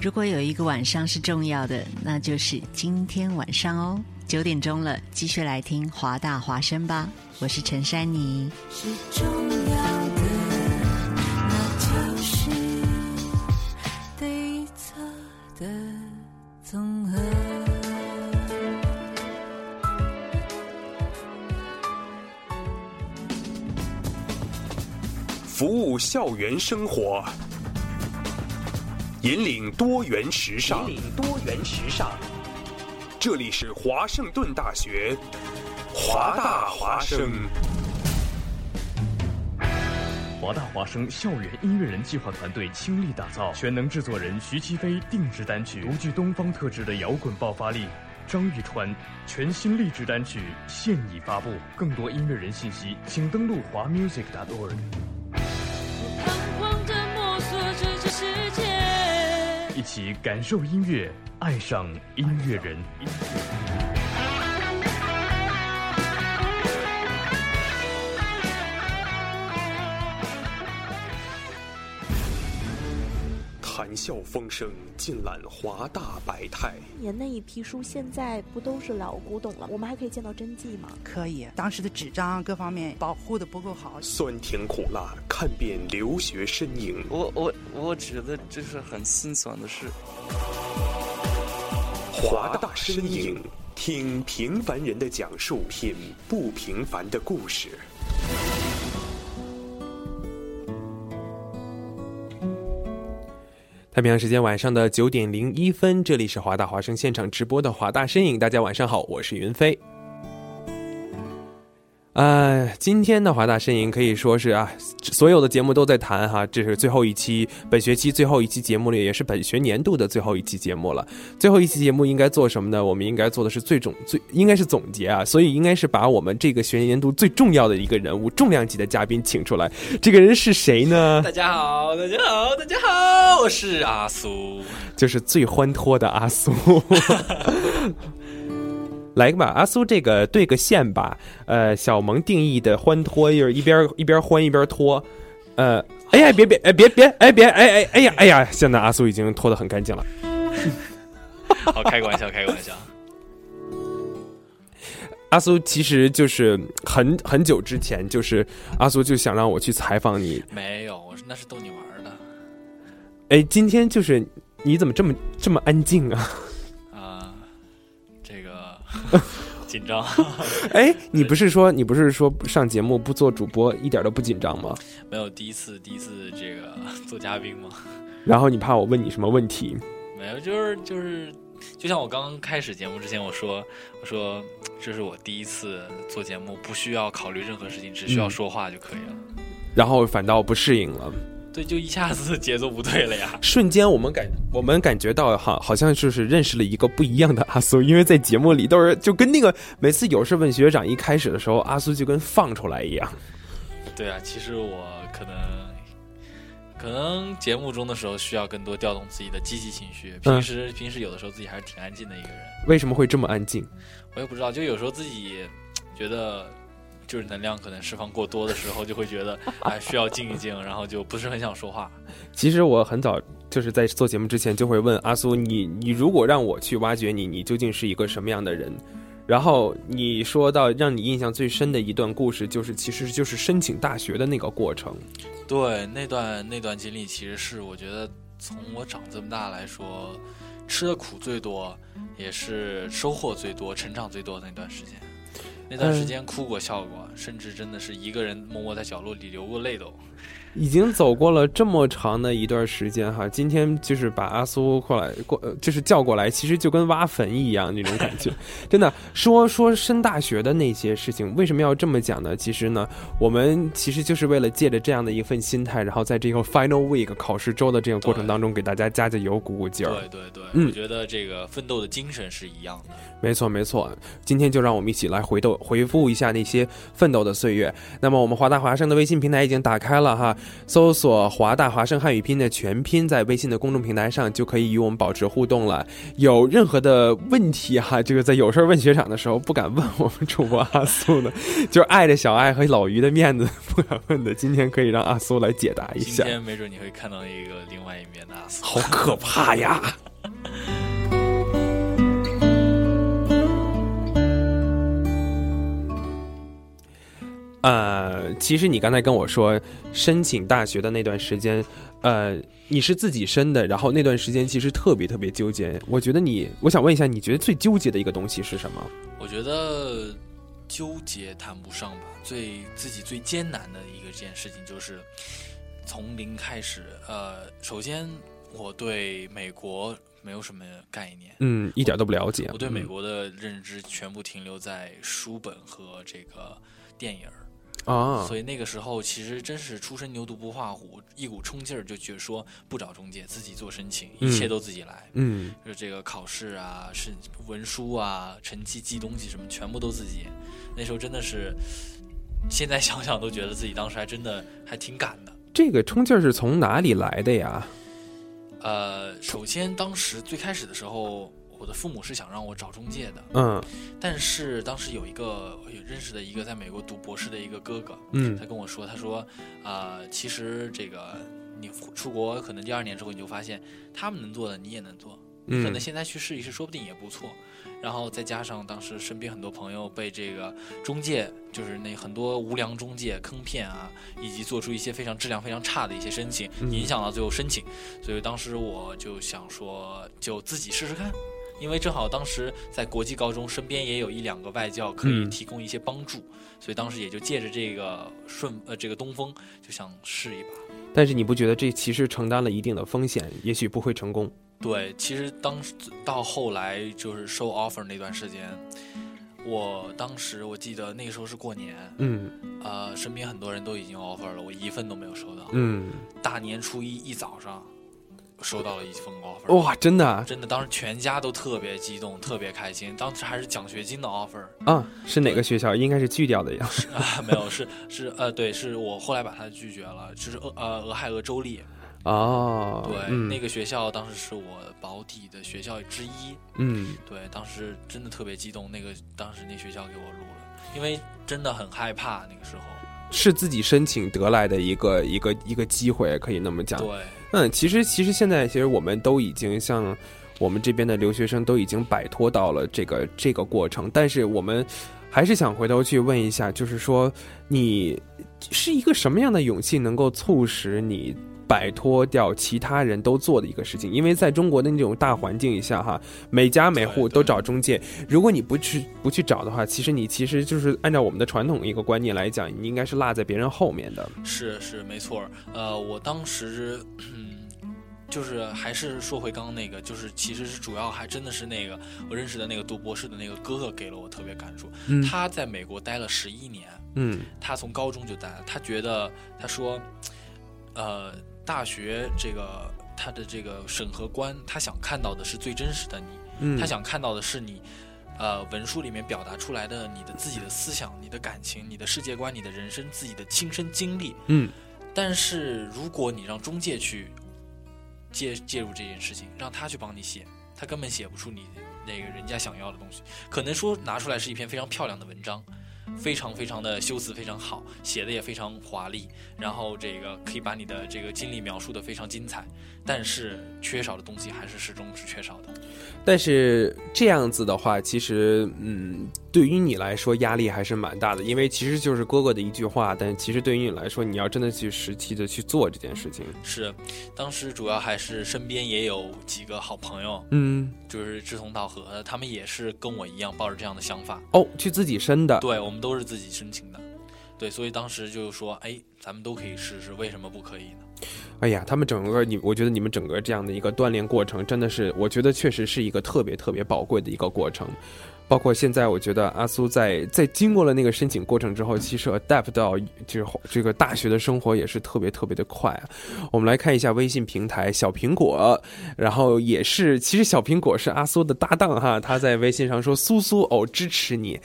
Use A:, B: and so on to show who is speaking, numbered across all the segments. A: 如果有一个晚上是重要的，那就是今天晚上哦，九点钟了，继续来听华大华声吧。我是陈珊妮。
B: 是重要的，那就是对错的总和。
C: 服务校园生活，引领多元时尚。
D: 引领多元时尚。
C: 这里是华盛顿大学，华大华生。
E: 华大华声校园音乐人计划团队倾力打造，全能制作人徐奇飞定制单曲，独具东方特质的摇滚爆发力。张玉川全新励志单曲现已发布，更多音乐人信息请登录华 music.org。
B: 我彷徨着摸索着这世界，
E: 一起感受音乐，爱上音乐人。
C: 谈笑风生，尽览华大百态。
F: 年那一批书现在不都是老古董了？我们还可以见到真迹吗？
G: 可以，当时的纸张各方面保护的不够好。
C: 酸甜苦辣，看遍留学身影。
H: 我我我觉得这是很心酸的事。
C: 华大身影，听平凡人的讲述，品不平凡的故事。
I: 太平洋时间晚上的九点零一分，这里是华大华生现场直播的华大身影。大家晚上好，我是云飞。呃，今天的华大身影可以说是啊，所有的节目都在谈哈，这是最后一期本学期最后一期节目了，也是本学年度的最后一期节目了。最后一期节目应该做什么呢？我们应该做的是最总最应该是总结啊，所以应该是把我们这个学年度最重要的一个人物，重量级的嘉宾请出来。这个人是谁呢？
H: 大家好，大家好，大家好，我是阿 苏。
I: 就是最欢脱的阿苏。来吧，阿苏，这个对个线吧。呃，小萌定义的欢脱就是一边一边欢一边脱。呃，哎呀，别别，哎别别，哎别，哎哎哎呀，哎呀，现在阿苏已经脱得很干净了。
H: 好，开个玩笑，开个玩笑。
I: 阿苏其实就是很很久之前，就是阿苏就想让我去采访你。
H: 没有，我是那是逗你玩儿的
I: 哎，今天就是你怎么这么这么安静啊？
H: 啊。这 个紧张，
I: 哎， 你不是说你不是说上节目不做主播一点都不紧张吗？
H: 没有第一次，第一次这个做嘉宾嘛。
I: 然后你怕我问你什么问题？
H: 没有，就是就是，就像我刚刚开始节目之前我说，我说这是我第一次做节目，不需要考虑任何事情，只需要
I: 嗯
H: 说话就可以了。
I: 然后反倒不适应了。
H: 对，就一下子节奏不对了呀。
I: 瞬间我们感我们感觉到哈，好像就是认识了一个不一样的阿苏，因为在节目里都是就跟那个每次有事问学长一开始的时候，阿苏就跟放出来一样。
H: 对啊，其实我可能。可能节目中的时候需要更多调动自己的积极情绪，平时、平时有的时候自己还是挺安静的一个人，
I: 为什么会这么安静？
H: 我也不知道，就有时候自己觉得就是能量可能释放过多的时候，就会觉得哎需要静一静，然后就不是很想说话。
I: 其实我很早就是在做节目之前就会问阿苏，你你如果让我去挖掘你，你究竟是一个什么样的人？然后你说到让你印象最深的一段故事，就是其实就是申请大学的那个过程。
H: 对，那段那段经历其实是我觉得从我长这么大来说，吃的苦最多，也是收获最多、成长最多的那段时间。那段
I: 嗯
H: 时间哭过、笑过，甚至真的是一个人默默在角落里流过泪都。
I: 已经走过了这么长的一段时间哈，今天就是把阿苏过来过，呃就是叫过来，其实就跟挖坟一样那种感觉。真的，说说升大学的那些事情，为什么要这么讲呢？其实呢，我们其实就是为了借着这样的一份心态，然后在这个 final week 考试周的这个过程当中，给大家加加油、鼓鼓劲儿。
H: 对对对，
I: 嗯
H: 我觉得这个奋斗的精神是一样的。
I: 没错，没错。今天就让我们一起来回斗回复一下那些奋斗的岁月。那么我们华大华生的微信平台已经打开了哈，搜索“华大华声汉语拼音”的全拼，在微信的公众平台上就可以与我们保持互动了。有任何的问题哈、这个在有事儿问学长的时候不敢问我们主播阿苏的，就是碍着小爱和老于的面子不敢问的，今天可以让阿苏来解答一
H: 今
I: 下。
H: 天没准你会看到一个另外一面的阿斯。
I: 好可怕呀！呃，其实你刚才跟我说申请大学的那段时间，呃，你是自己申的，然后那段时间其实特别特别纠结。我觉得你，我想问一下，你觉得最纠结的一个东西是什么？
H: 我觉得纠结谈不上吧，最自己最艰难的一个件事情就是从零开始。呃，首先我对美国没有什么概念，
I: 嗯，一点都不了解。
H: 我对美国的认知全部停留在书本和这个电影儿。
I: 嗯啊
H: 所，以那个时候其实真是初生牛犊不怕虎，一股冲劲儿就觉得说不找中介，自己做申请，一切
I: 嗯
H: 都自己来，
I: 嗯
H: 就是这个考试啊、是文书啊、成绩记东西什么，全部都自己。那时候真的是，现在想想都觉得自己当时还真的还挺敢的。
I: 这个冲劲儿是从哪里来的呀？
H: 呃，首先当时最开始的时候，我的父母是想让我找中介的，
I: 嗯
H: 但是当时有一个有认识的一个在美国读博士的一个哥哥，
I: 嗯
H: 他跟我说，他说啊、其实这个你出国可能第二年之后，你就发现他们能做的你也能做，你可能
I: 嗯
H: 现在去试一试，说不定也不错。然后再加上当时身边很多朋友被这个中介，就是那很多无良中介坑骗啊，以及做出一些非常质量非常差的一些申请，
I: 嗯
H: 影响到最后申请。所以当时我就想说，就自己试试看。因为正好当时在国际高中身边也有一两个外教可以
I: 嗯
H: 提供一些帮助，所以当时也就借着这个顺呃这个东风，就想试一把。
I: 但是你不觉得这其实承担了一定的风险，也许不会成功？
H: 对，其实当时到后来就是收 offer 那段时间，我当时我记得那个时候是过年，
I: 嗯
H: 呃，身边很多人都已经有 offer 了，我一份都没有收到。
I: 嗯，
H: 大年初一一早上，收到了一封 offer，、
I: 哇，真的啊
H: 真的，当时全家都特别激动，特别开心。当时还是奖学金的 offer，
I: 啊，是哪个学校？应该是拒掉的呀。
H: 是啊，没有，是是呃，对，是我后来把它拒绝了，就是俄呃俄亥俄州立，
I: 哦，
H: 对，
I: 嗯、
H: 那个学校当时是我保底的学校之一，
I: 嗯
H: 对，当时真的特别激动，那个当时那学校给我录了，因为真的很害怕那个时候。
I: 是自己申请得来的一个一个一个机会，可以那么讲。
H: 对，
I: 嗯，其实其实现在其实我们都已经像我们这边的留学生都已经摆脱到了这个这个过程，但是我们还是想回头去问一下，就是说你是一个什么样的勇气能够促使你？摆脱掉其他人都做的一个事情，因为在中国的那种大环境下，哈，每家每户
H: 对对
I: 都找中介。如果你不去不去找的话，其实你其实就是按照我们的传统一个观念来讲，你应该是落在别人后面的。
H: 是是没错儿。呃，我当时，嗯，就是还是说回刚刚那个，就是其实是主要还真的是那个我认识的那个读博士的那个哥哥给了我特别感触。
I: 嗯
H: 他在美国待了十一年，
I: 嗯
H: 他从高中就待，他觉得他说，呃，大学这个他的这个审核官，他想看到的是最真实的你。
I: 嗯，
H: 他想看到的是你，呃，文书里面表达出来的你的自己的思想、你的感情、你的世界观、你的人生、自己的亲身经历。
I: 嗯。
H: 但是如果你让中介去介介入这件事情，让他去帮你写，他根本写不出你那个人家想要的东西。可能说拿出来是一篇非常漂亮的文章，非常非常的修辞非常好，写的也非常华丽，然后这个可以把你的这个经历描述的非常精彩，但是缺少的东西还是始终是缺少的。
I: 但是这样子的话，其实嗯，对于你来说压力还是蛮大的，因为其实就是哥哥的一句话，但其实对于你来说，你要真的去实际的去做这件事情，
H: 是，当时主要还是身边也有几个好朋友，
I: 嗯，
H: 就是志同道合的，他们也是跟我一样抱着这样的想法。
I: 哦，去自己申的，
H: 对，我们都是自己申请的，对，所以当时就说，哎，咱们都可以试试，为什么不可以呢？
I: 哎呀，他们整个你，我觉得你们整个这样的一个锻炼过程，真的是，我觉得确实是一个特别特别宝贵的一个过程。包括现在，我觉得阿苏在在经过了那个申请过程之后，其实 adapt 到就是这个大学的生活也是特别特别的快啊。我们来看一下微信平台小苹果，然后也是，其实小苹果是阿苏的搭档哈，他在微信上说苏苏哦支持你，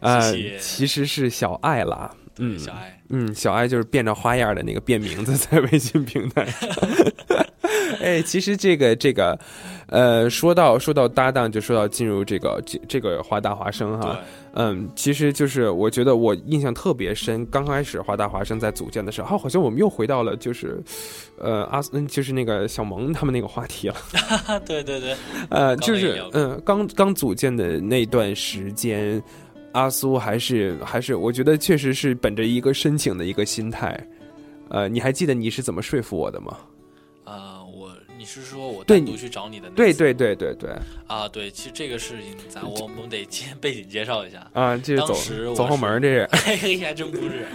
I: 呃
H: 谢谢，
I: 其实是小爱啦。嗯
H: 小爱，
I: 嗯，小爱就是变着花样的那个变名字在微信平台上。 哎，其实这个这个，呃，说到说到搭档，就说到进入这个这这个华大华生哈，
H: 对，
I: 嗯，其实就是我觉得我印象特别深，刚开始华大华生在组建的时候，哦好像我们又回到了就是，呃，阿斯嗯，就是那个小萌他们那个话题了。
H: 啊，对对对，
I: 呃，
H: 刚才
I: 就
H: 也
I: 是
H: 聊过
I: 嗯、刚刚组建的那段时间，阿苏还是还是，我觉得确实是本着一个申请的一个心态。呃，你还记得你是怎么说服我的吗？
H: 啊，我你是说我
I: 对
H: 单独
I: 你
H: 去找你的那
I: 对
H: 次
I: 对对对对，
H: 啊，对，其实这个事情咱我们得先 背景介绍一下，
I: 啊，这是
H: 当
I: 走
H: 时我
I: 走后
H: 是
I: 门儿这是，
H: 嘿，还真不是。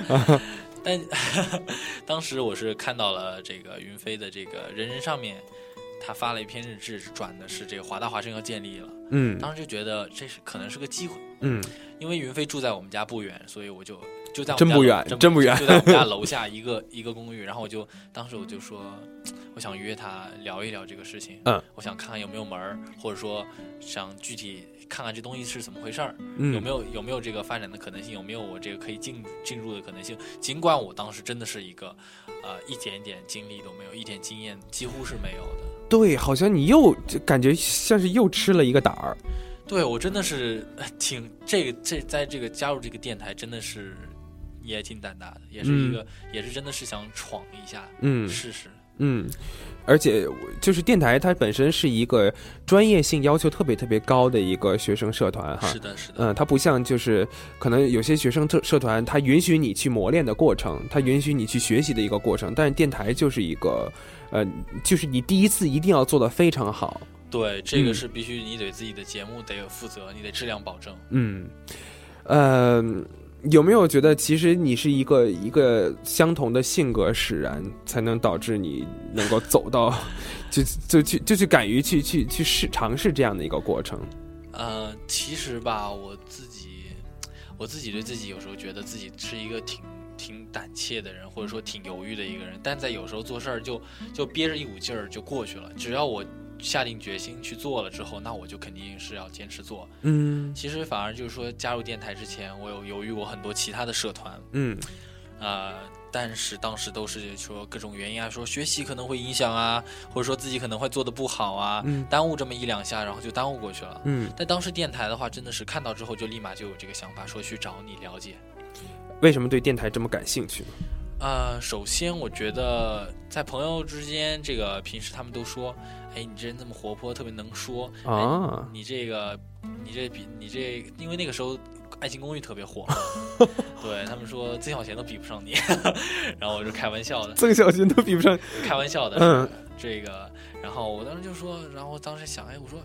H: 但 当时我是看到了这个云飞的这个人人上面，他发了一篇日志，转的是这个华大华生要建立了。
I: 嗯
H: 当时就觉得这是可能是个机会，
I: 嗯
H: 因为云飞住在我们家不远，所以我就就在我们
I: 真
H: 家
I: 不
H: 楼
I: 远
H: 真
I: 真不远
H: 就在我 们家楼下一个一个公寓。然后我就当时我就说，我想约他聊一聊这个事情，
I: 嗯，
H: 我想看看有没有门儿，或者说想具体看看这东西是怎么回事儿。
I: 嗯，
H: 有没有有没有这个发展的可能性？有没有我这个可以进进入的可能性？尽管我当时真的是一个，呃，一点点经历都没有，一点经验几乎是没有的。
I: 对，好像你又就感觉像是又吃了一个胆儿，
H: 对我真的是呃挺这个这在这个加入这个电台真的是也挺胆大的，也是一个、也是真的是想闯一下、
I: 嗯
H: 试试。
I: 嗯，而且我就是电台它本身是一个专业性要求特别特别高的一个学生社团哈，
H: 是的，是的，
I: 嗯，它不像就是可能有些学生社社团，它允许你去磨练的过程，它允许你去学习的一个过程，但是电台就是一个，呃，就是你第一次一定要做的非常好，
H: 对，这
I: 嗯
H: 个是必须你对自己的节目得有负责，你得质量保证。
I: 嗯，呃，有没有觉得其实你是一个一个相同的性格使然，才能导致你能够走到，就就去就去敢于去去去试尝试这样的一个过程？
H: 呃，其实吧，我自己，我自己对自己有时候觉得自己是一个挺挺胆怯的人，或者说挺犹豫的一个人，但在有时候做事儿就就憋着一股劲儿就过去了。只要我下定决心去做了之后，那我就肯定是要坚持做。
I: 嗯
H: 其实反而就是说，加入电台之前，我有犹豫过很多其他的社团，
I: 嗯
H: 啊，但是当时都是说各种原因啊，说学习可能会影响啊，或者说自己可能会做的不好啊，
I: 嗯
H: 耽误这么一两下，然后就耽误过去了。
I: 嗯，
H: 但当时电台的话，真的是看到之后就立马就有这个想法，说去找你了解。
I: 为什么对电台这么感兴趣呢？
H: 呃，首先我觉得在朋友之间，这个平时他们都说，哎，你这人这么活泼，特别能说，
I: 啊，
H: 你这个，你这比你这，因为那个时候《爱情公寓》特别火，对他们说曾小贤都比不上你， 然后我就开玩笑的，
I: 曾小贤都比不上，
H: 开玩笑的，
I: 嗯
H: 这个，然后我当时就说，然后当时想，哎，我说。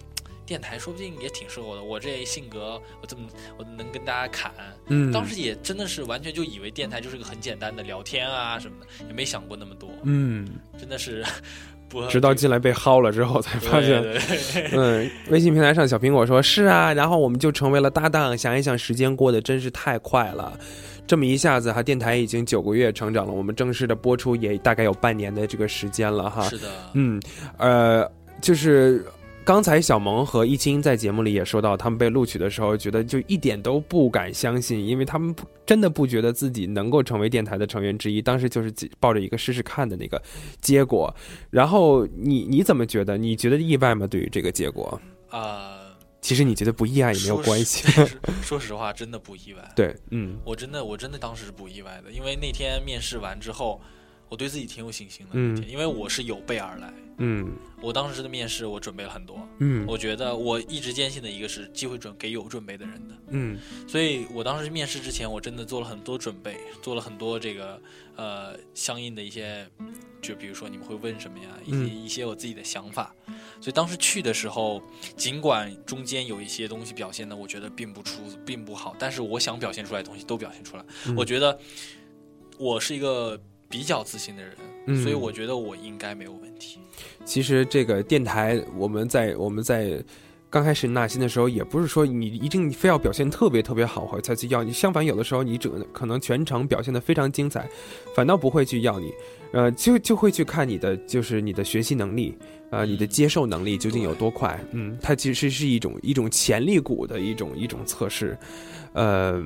H: 电台说不定也挺适合我的，我这性格，我这么我能跟大家侃，
I: 嗯，
H: 当时也真的是完全就以为电台就是个很简单的聊天啊什么的，也没想过那么多，
I: 嗯，
H: 真的是 不
I: 直到进来被薅了之后才发现，
H: 对对对
I: 嗯，微信平台上小苹果说：“是啊，然后我们就成为了搭档。想一想，时间过得真是太快了，这么一下子哈，电台已经九个月成长了，我们正式的播出也大概有半年的这个时间了哈。
H: 是的，
I: 嗯，呃，就是刚才小萌和一清在节目里也说到，他们被录取的时候，觉得就一点都不敢相信，因为他们不真的不觉得自己能够成为电台的成员之一。当时就是抱着一个试试看的那个结果。然后你你怎么觉得？你觉得意外吗？对于这个结果？
H: 啊，
I: 其实你觉得不意外也没有
H: 说实
I: 关系。。
H: 说实话，真的不意外。
I: 对，嗯
H: 我真的我真的当时是不意外的，因为那天面试完之后，我对自己挺有信心的。
I: 嗯
H: 那天因为我是有备而来，
I: 嗯
H: 我当时的面试我准备了很多，
I: 嗯
H: 我觉得我一直坚信的一个是机会准给有准备的人的。
I: 嗯
H: 所以我当时面试之前，我真的做了很多准备，做了很多这个呃相应的一些，就比如说你们会问什么呀，以
I: 嗯
H: 及一些我自己的想法。所以当时去的时候，尽管中间有一些东西表现的我觉得并不出并不好，但是我想表现出来的东西都表现出来。
I: 嗯
H: 我觉得我是一个比较自信的人，
I: 嗯
H: 所以我觉得我应该没有问题。
I: 其实这个电台，我们在我们在刚开始纳新的时候，也不是说你一定非要表现特别特别好才去要你，相反有的时候你整可能全程表现的非常精彩，反倒不会去要你。呃，就就会去看你的就是你的学习能力，啊、你的接受能力究竟有多快。嗯，它其实是一种一种潜力股的一种一种测试。呃，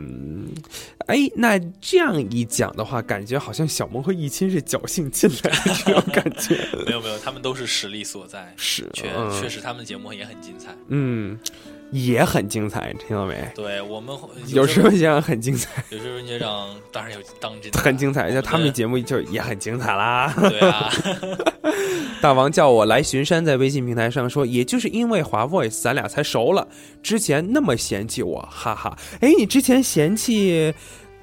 I: 哎，那这样一讲的话，感觉好像小萌和易钦是侥幸进来的这种感觉。
H: 没有没有，他们都是实力所在，
I: 是，
H: 确
I: 嗯
H: 确实他们节目也很精彩。
I: 嗯，也很精彩，听到没？
H: 对我们会
I: 有时候想想很精 彩，
H: 有时候学长当然有当真的
I: 很精彩。
H: 我
I: 像
H: 们
I: 他们节目就也很精彩啦。
H: 对啊，
I: 大王叫我来巡山，在微信平台上说，也就是因为华 voice，咱俩才熟了。之前那么嫌弃我，哈哈。哎，你之前嫌弃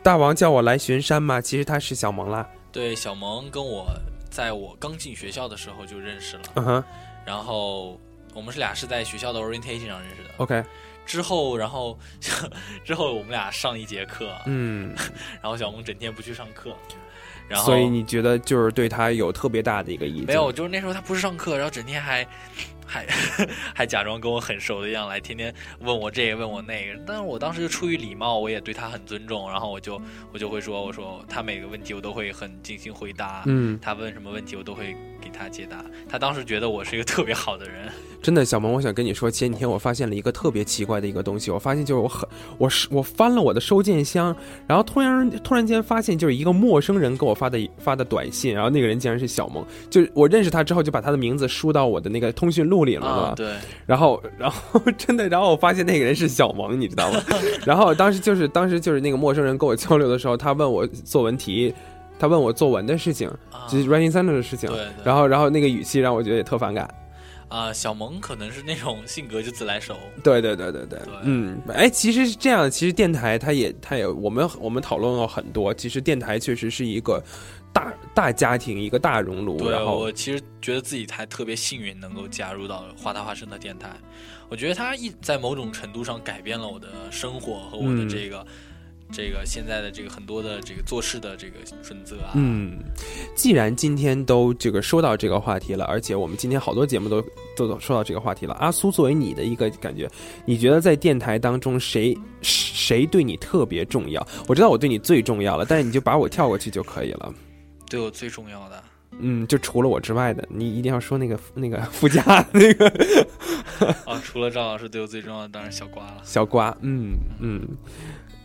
I: 大王叫我来巡山吗？其实他是小萌啦。
H: 对小萌跟我在我刚进学校的时候就认识了，
I: 嗯哼
H: 然后我们是俩是在学校的 orientation 上认识的。
I: ，OK，
H: 之后，然后 之后我们俩上一节课，啊
I: 嗯，
H: 然后小萌整天不去上课，然后
I: 所以你觉得就是对他有特别大的一个意见？
H: 没有，，就是那时候他不是上课，然后整天还还 还假装跟我很熟的样来，天天问我这个问我那个。但是我当时就出于礼貌，我也对他很尊重，然后我就我就会说，我说他每个问题我都会很精心回答，
I: 嗯，
H: 他问什么问题我都会给他解答。他当时觉得我是一个特别好的人，
I: 真的，小萌，我想跟你说，前几天我发现了一个特别奇怪的一个东西。我发现就是我很，我是我翻了我的收件箱，然后突然突然间发现就是一个陌生人给我发的发的短信，然后那个人竟然是小萌，就是我认识他之后就把他的名字输到我的那个通讯录里了嘛。
H: 啊，对，
I: 然后，然后真的，然后我发现那个人是小萌，你知道吗？然后当时就是当时就是那个陌生人跟我交流的时候，他问我作文题，他问我作文的事情，
H: 啊
I: 就是 writing center 的事情
H: 对。对
I: 然后，然后那个语气让我觉得也特反感。
H: 啊，小萌可能是那种性格就自来熟，
I: 对对对对对，嗯，哎，其实是这样，其实电台它也它也，我们我们讨论了很多，其实电台确实是一个大大家庭，一个大熔炉，
H: 对
I: 然后
H: 我其实觉得自己还特别幸运，能够加入到华大华生的电台。我觉得它一在某种程度上改变了我的生活和我的
I: 嗯
H: 这个、这个现在的这个很多的这个做事的这个准则啊。
I: 嗯，既然今天都这个说到这个话题了，而且我们今天好多节目都都说到这个话题了。阿苏，作为你的一个感觉，你觉得在电台当中谁谁对你特别重要？我知道我对你最重要了，但是你就把我跳过去就可以了。
H: 对我最重要的，
I: 嗯，就除了我之外的，你一定要说那个那个附加那个
H: 啊，除了赵老师，对我最重要的当然是小瓜了。
I: 小瓜，嗯嗯，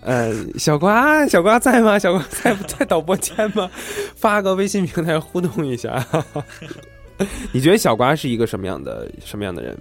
I: 呃，小瓜，小瓜在吗？小瓜在不在导播间 吗？发个微信平台互动一下。 你觉得小瓜是一个什么样的什么样的人？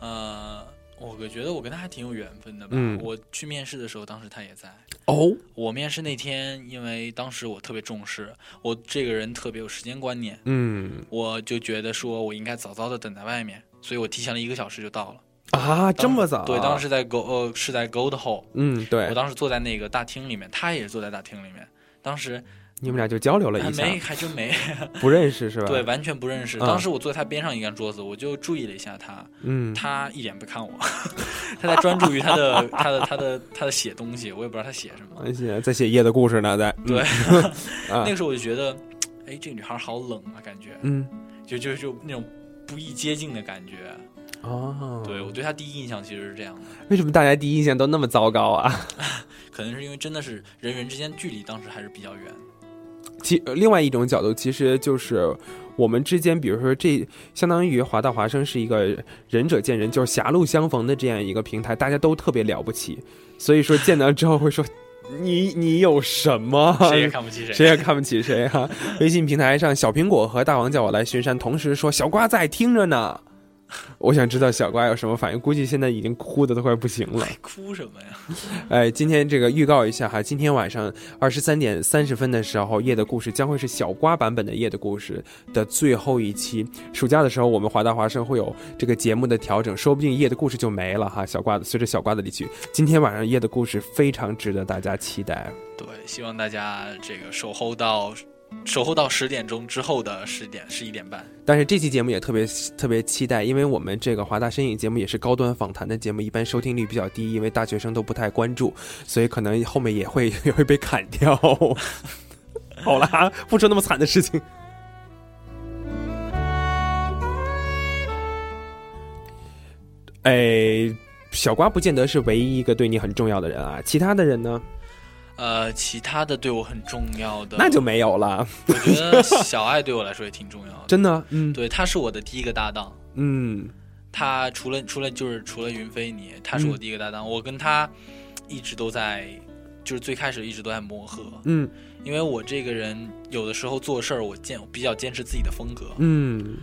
H: 呃，我觉得我跟他还挺有缘分的吧。
I: 嗯
H: 我去面试的时候，当时他也在。
I: 哦，
H: 我面试那天，因为当时我特别重视，我这个人特别有时间观念，
I: 嗯
H: 我就觉得说我应该早早的等在外面，所以我提前了一个小时就到了。
I: 啊，这么早？
H: 对，当时在 Go 呃是在 Gold Hall，
I: 嗯，对
H: 我，当时坐在那个大厅里面，他也坐在大厅里面。当时
I: 你们俩就交流了
H: 还
I: 一下，
H: 没，还真 没，
I: 不认识是吧？
H: 对，，完全不认识。
I: 嗯
H: 当时我坐在他边上一张桌子，我就注意了一下他，
I: 嗯，
H: 他一眼不看我， 他在专注于 他的他的他的他的写东西，我也不知道他写什么。
I: 现哎在在写夜的故事呢，在
H: 对，
I: 啊
H: 那个时候我就觉得，哎，这个女孩好冷啊，感觉
I: 嗯
H: 就就就那种不易接近的感觉。
I: 哦，
H: 对我对她第一印象其实是这样的，
I: 为什么大家第一印象都那么糟糕啊？
H: 可能是因为真的是人与人之间距离当时还是比较远。
I: 其呃另外一种角度，其实就是我们之间，比如说这相当于华大华生是一个仁者见仁，就是狭路相逢的这样一个平台，大家都特别了不起，所以说见到之后会说你你有什么？
H: 谁也看不起谁。
I: 哎谁也看不起谁哈、微信平台上，小苹果和大王叫我来巡山，同时说小瓜在听着呢。我想知道小瓜有什么反应，估计现在已经哭的都快不行了。
H: 哭什么呀？
I: 哎，今天这个预告一下哈，今天晚上二十三点三十分的时候，《夜的故事》将会是小瓜版本的《夜的故事》的最后一期。暑假的时候，我们华大华生会有这个节目的调整，说不定《夜的故事》就没了哈。小瓜子随着小瓜子离去，今天晚上《夜的故事》非常值得大家期待。
H: 对，希望大家这个守候到守候到十点钟之后的十点十一点半。
I: 但是这期节目也特别特别期待，因为我们这个华大深影节目也是高端访谈的节目，一般收听率比较低，因为大学生都不太关注，所以可能后面也会 也会被砍掉。好啦，不说那么惨的事情。哎，小瓜不见得是唯一一个对你很重要的人啊，其他的人呢？
H: 呃，其他的对我很重要的，
I: 那就没有了，
H: 我觉得小爱对我来说也挺重要的。
I: 真的，嗯
H: 对，他是我的第一个搭档。
I: 嗯
H: 他除了除了就是除了云飞你，他是我
I: 嗯
H: 第一个搭档。我跟他一直都在，就是最开始一直都在磨合。
I: 嗯
H: 因为我这个人有的时候做事儿，我坚我比较坚持自己的风格。
I: 嗯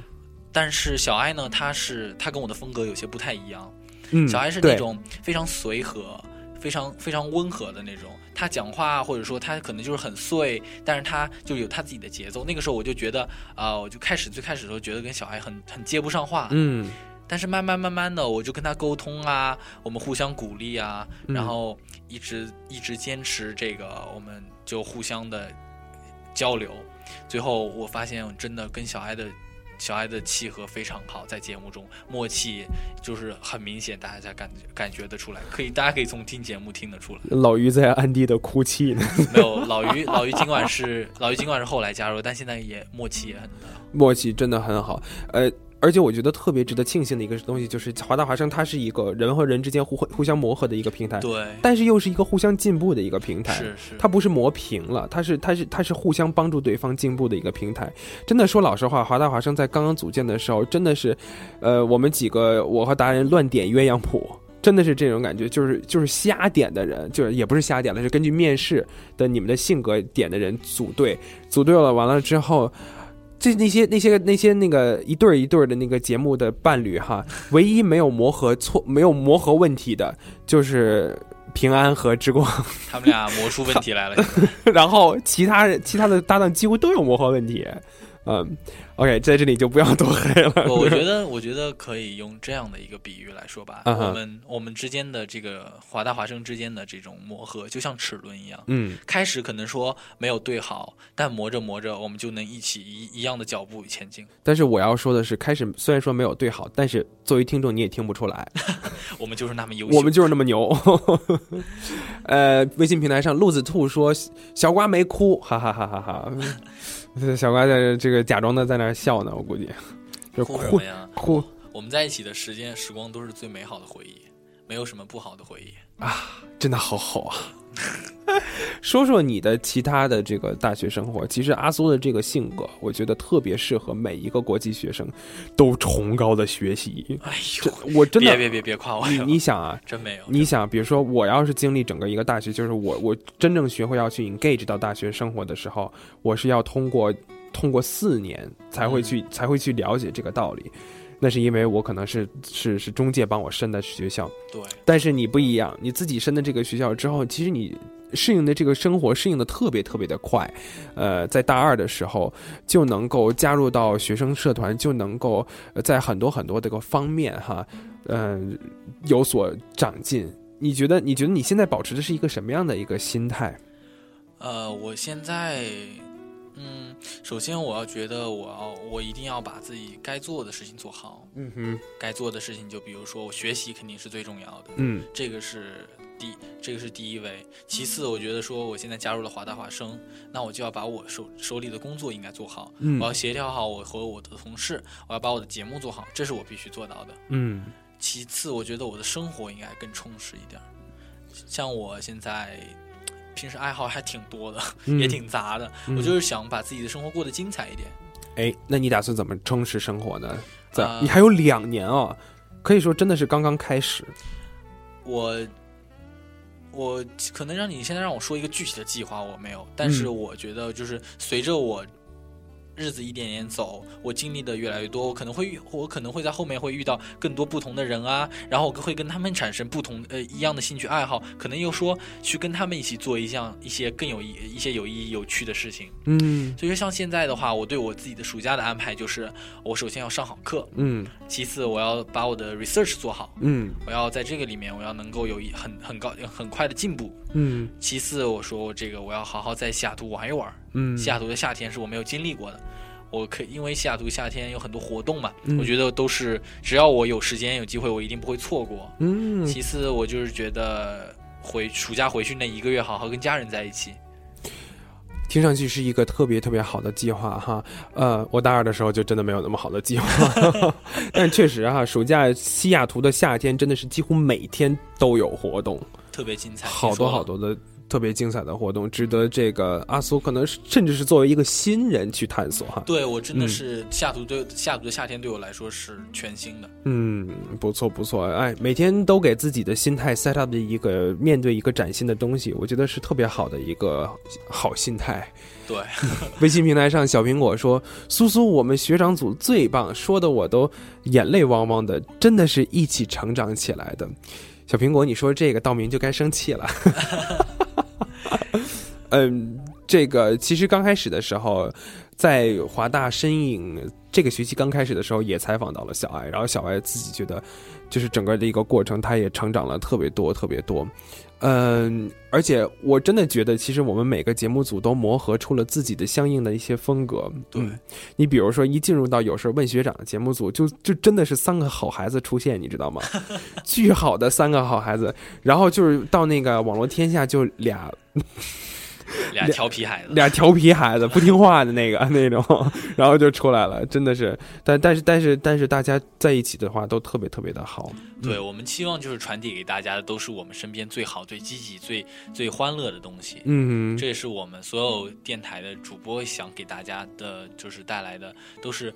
H: 但是小艾呢，她是她跟我的风格有些不太一样。
I: 嗯，
H: 小艾是
I: 对
H: 那种非常随和、非常非常温和的那种。她讲话或者说她可能就是很碎，但是她就有她自己的节奏。那个时候我就觉得啊、我就开始最开始的时候觉得跟小艾很很接不上话，
I: 嗯
H: 但是慢慢慢慢的我就跟她沟通啊，我们互相鼓励啊，
I: 嗯
H: 然后一直一直坚持这个，我们就互相的交流。最后我发现真的跟小艾的小艾的契合非常好，在节目中默契就是很明显，大家感觉感觉得出来，可以大家可以从听节目听 得出来。
I: 老于在暗地的哭泣呢，
H: 没有老于，老于尽管是老于尽管是后来加入，但现在也默契也很
I: 默契真的很好，呃。而且我觉得特别值得庆幸的一个东西，就是华大华生，它是一个人和人之间互互相磨合的一个平台，
H: 对，
I: 但是又是一个互相进步的一个平台。
H: 是是，
I: 它不是磨平了，它是它是它是互相帮助对方进步的一个平台。真的说老实话，华大华生在刚刚组建的时候，真的是，呃，我们几个我和达人乱点鸳鸯谱。真的是这种感觉，就是 就是瞎点的人，就是也不是瞎点的，是根据面试的你们的性格点的人组队，组队了完了之后，这那些那些那些那个一对儿一对儿的那个节目的伴侣哈，唯一没有磨合错没有磨合问题的，就是平安和之光。
H: 他们俩魔术问题来了，
I: 然后其他人其他的搭档几乎都有磨合问题。嗯，OK，在这里就不要多黑 了。
H: 我我觉得，我觉得可以用这样的一个比喻来说吧。
I: 嗯哼
H: 我们我们之间的这个华大华生之间的这种磨合，就像齿轮一样，
I: 嗯
H: 开始可能说没有对好，但磨着磨着，我们就能一起一一样的脚步前进，
I: 但是我要说的是，开始虽然说没有对好，但是作为听众你也听不出来，
H: 我们就是那么优秀。
I: 我们就是那么牛。 呃，微信平台上路子兔说小瓜没哭，哈哈哈哈 哈。小瓜在这这个假装的在那儿笑呢，我估计就
H: 哭什
I: 哭
H: 么呀？
I: 哭。
H: 啊我们在一起的时间时光都是最美好的回忆，没有什么不好的回忆。
I: 真的好好啊！ 说说你的其他的这个大学生活，其实阿苏的这个性格，我觉得特别适合每一个国际学生都崇高的学习。
H: 哎
I: 这
H: 呦，
I: 我真的，
H: 别别别别夸我
I: 你
H: 哟，
I: 你想 啊，
H: 真没有，
I: 你想，比如说我要是经历整个一个大学，就是我我真正学会要去 engage 到大学生活的时候，我是要通过通过四年才会
H: 嗯
I: 去、才会去了解这个道理。那是因为我可能是是是中介帮我申的学校，
H: 对，
I: 但是你不一样，你自己升的这个学校之后，其实你适应的这个生活适应的特别特别的快，呃，在大二的时候就能够加入到学生社团，就能够呃在很多很多这个方面哈，嗯、有所长进。你觉得？你觉得你现在保持的是一个什么样的一个心态？
H: 呃，我现在，嗯，首先我要觉得我要我一定要把自己该做的事情做好，
I: 嗯哼，
H: 该做的事情就比如说我学习肯定是最重要的，
I: 嗯
H: 这个是第这个是第一位。其次，我觉得说我现在加入了华大华生，那我就要把我手手里的工作应该做好，我要
I: 嗯
H: 协调好我和我的同事，我要把我的节目做好，这是我必须做到的。
I: 嗯
H: 其次，我觉得我的生活应该更充实一点儿，像我现在。平时爱好还挺多的，
I: 嗯，
H: 也挺杂的。
I: 嗯
H: 我就是想把自己的生活过得精彩一点。
I: 哎，那你打算怎么充实生活呢？在、
H: 呃
I: 你还有两年啊、可以说真的是刚刚开始。
H: 我我可能让你现在让我说一个具体的计划，我没有，但是
I: 嗯
H: 我觉得就是随着我。日子一点点走，我经历的越来越多，我可能会遇，我可能会在后面会遇到更多不同的人啊，然后我会跟他们产生不同呃一样的兴趣爱好，可能又说去跟他们一起做一项一些更有意一些有意义有趣的事情。
I: 嗯
H: 所以说，像现在的话，我对我自己的暑假的安排就是，我首先要上好课，
I: 嗯
H: 其次我要把我的 research 做好，
I: 嗯
H: 我要在这个里面，我要能够有一很很高很快的进步。
I: 嗯
H: 其次，我说我这个我要好好在西雅图玩一玩。
I: 嗯，
H: 西雅图的夏天是我没有经历过的，我可因为西雅图夏天有很多活动嘛，
I: 嗯
H: 我觉得都是只要我有时间有机会，我一定不会错过。
I: 嗯，
H: 其次，我就是觉得回暑假回去那一个月，好好跟家人在一起。
I: 听上去是一个特别特别好的计划哈。呃，我大二的时候就真的没有那么好的计 划，但确实哈，暑假西雅图的夏天真的是几乎每天都有活动，
H: 特别精彩，
I: 好
H: 听说
I: 多
H: 了
I: 好，多的特别精彩的活动，值得这个阿苏可能是甚至是作为一个新人去探索哈。
H: 对我真的
I: 嗯
H: 是下毒对下毒的夏天对我来说是全新的。
I: 嗯，不错不错，哎，每天都给自己的心态 set up 的一个面对一个崭新的东西，我觉得是特别好的一个好心态。
H: 对，
I: 微信平台上，小苹果说：“苏苏，我们学长组最棒，说的我都眼泪汪汪的，真的是一起成长起来的。”小苹果，你说这个道明就该生气了。 嗯，这个其实刚开始的时候，在华大身影这个学期刚开始的时候，也采访到了小艾，然后小艾自己觉得，就是整个的一个过程，他也成长了特别多，特别多。嗯，而且我真的觉得，其实我们每个节目组都磨合出了自己的相应的一些风格。
H: 对
I: 嗯你比如说一进入到有事问学长的节目组，就就真的是三个好孩子出现，你知道吗？巨好的三个好孩子，然后就是到那个网络天下就俩
H: 俩调皮孩子，
I: 俩调皮孩子，不听话的那个 那种，然后就出来了，真的是，但但是但是但是大家在一起的话都特别特别的好，
H: 对我们期望就是传递给大家的都是我们身边最好、最积极、最最欢乐的东西。
I: 嗯
H: 这也是我们所有电台的主播想给大家的，就是带来的都是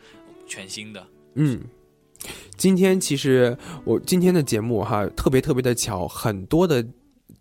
H: 全新的。
I: 嗯。今天其实我今天的节目哈，特别特别的巧，很多的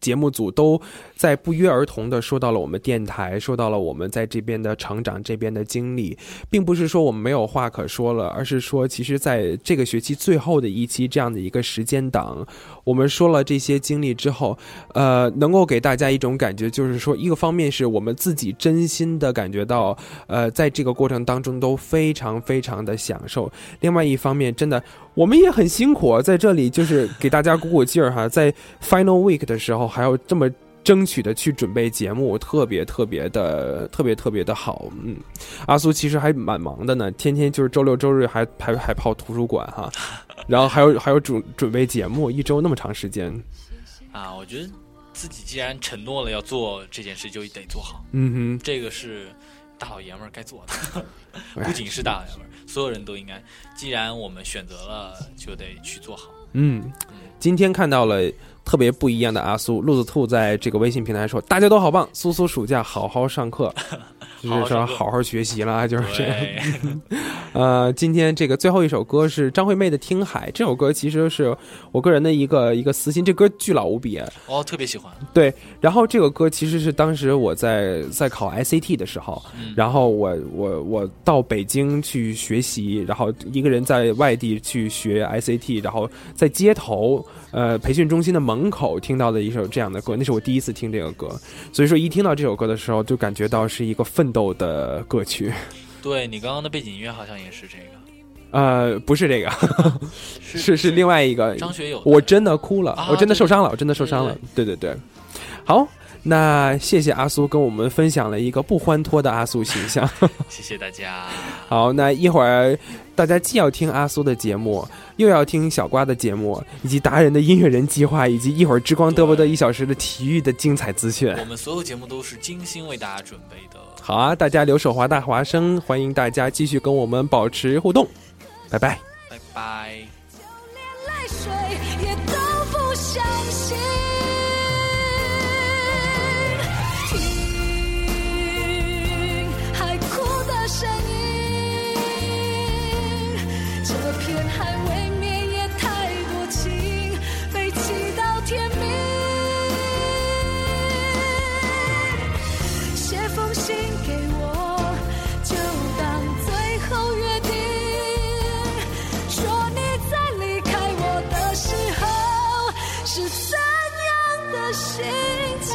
I: 节目组都在不约而同的说到了我们电台，说到了我们在这边的成长，这边的经历，并不是说我们没有话可说了，而是说其实在这个学期最后的一期这样的一个时间档，我们说了这些经历之后，呃，能够给大家一种感觉，就是说一个方面是我们自己真心的感觉到，呃，在这个过程当中都非常非常的享受，另外一方面真的我们也很辛苦，啊在这里就是给大家鼓鼓劲儿哈，在 final week 的时候还要这么争取的去准备节目，特别特别的特别特别的好。嗯，阿苏其实还蛮忙的呢，天天就是周六周日还还还泡图书馆哈，然后还有还有准准备节目，一周那么长时间。
H: 啊，我觉得自己既然承诺了要做这件事，就得做好，
I: 嗯
H: 这个是大老爷们儿该做的，
I: 哎
H: 不仅是大老爷们儿，所有人都应该。既然我们选择了，就得去做 好。
I: 哼，嗯，今天看到了。特别不一样的阿苏，路子兔在这个微信平台说：“大家都好棒，苏苏暑假好好上 课，就是说
H: 上课
I: 好好学习啦，就是这样。”
H: 对，
I: 呃，今天这个最后一首歌是张惠妹的《听海》，这首歌其实是我个人的一个一个私心，这歌巨老无比。啊
H: 哦，特别喜欢。
I: 对，然后这个歌其实是当时我在在考 SAT 的时候，
H: 嗯
I: 然后我我我到北京去学习，然后一个人在外地去学 SAT，然后在街头呃培训中心的门口听到的一首这样的歌，那是我第一次听这个歌，所以说一听到这首歌的时候，就感觉到是一个奋斗的歌曲。
H: 对你刚刚的背景音乐好像也是这个，
I: 呃，不是这个，
H: 是
I: 是是另外一个
H: 张学友的。
I: 我真的哭了，
H: 啊
I: 我真的受伤了，我真的受伤了。对对对，好，那谢谢阿苏跟我们分享了一个不欢脱的阿苏形象。
H: 谢谢大家。
I: 好，那一会儿大家既要听阿苏的节目，又要听小瓜的节目，以及达人的音乐人计划，以及一会儿之光嘚不嘚一小时的体育的精彩资讯。
H: 我们所有节目都是精心为大家准备的。
I: 好啊，大家留守华大华生，欢迎大家继续跟我们保持互动，拜拜。
H: 拜拜。
B: 就连泪水也都不相信。听海哭的声音，这片海未免也太多情，被气到天明。写封信给我，就当最后约定。说你在离开我的时候是怎样的心情？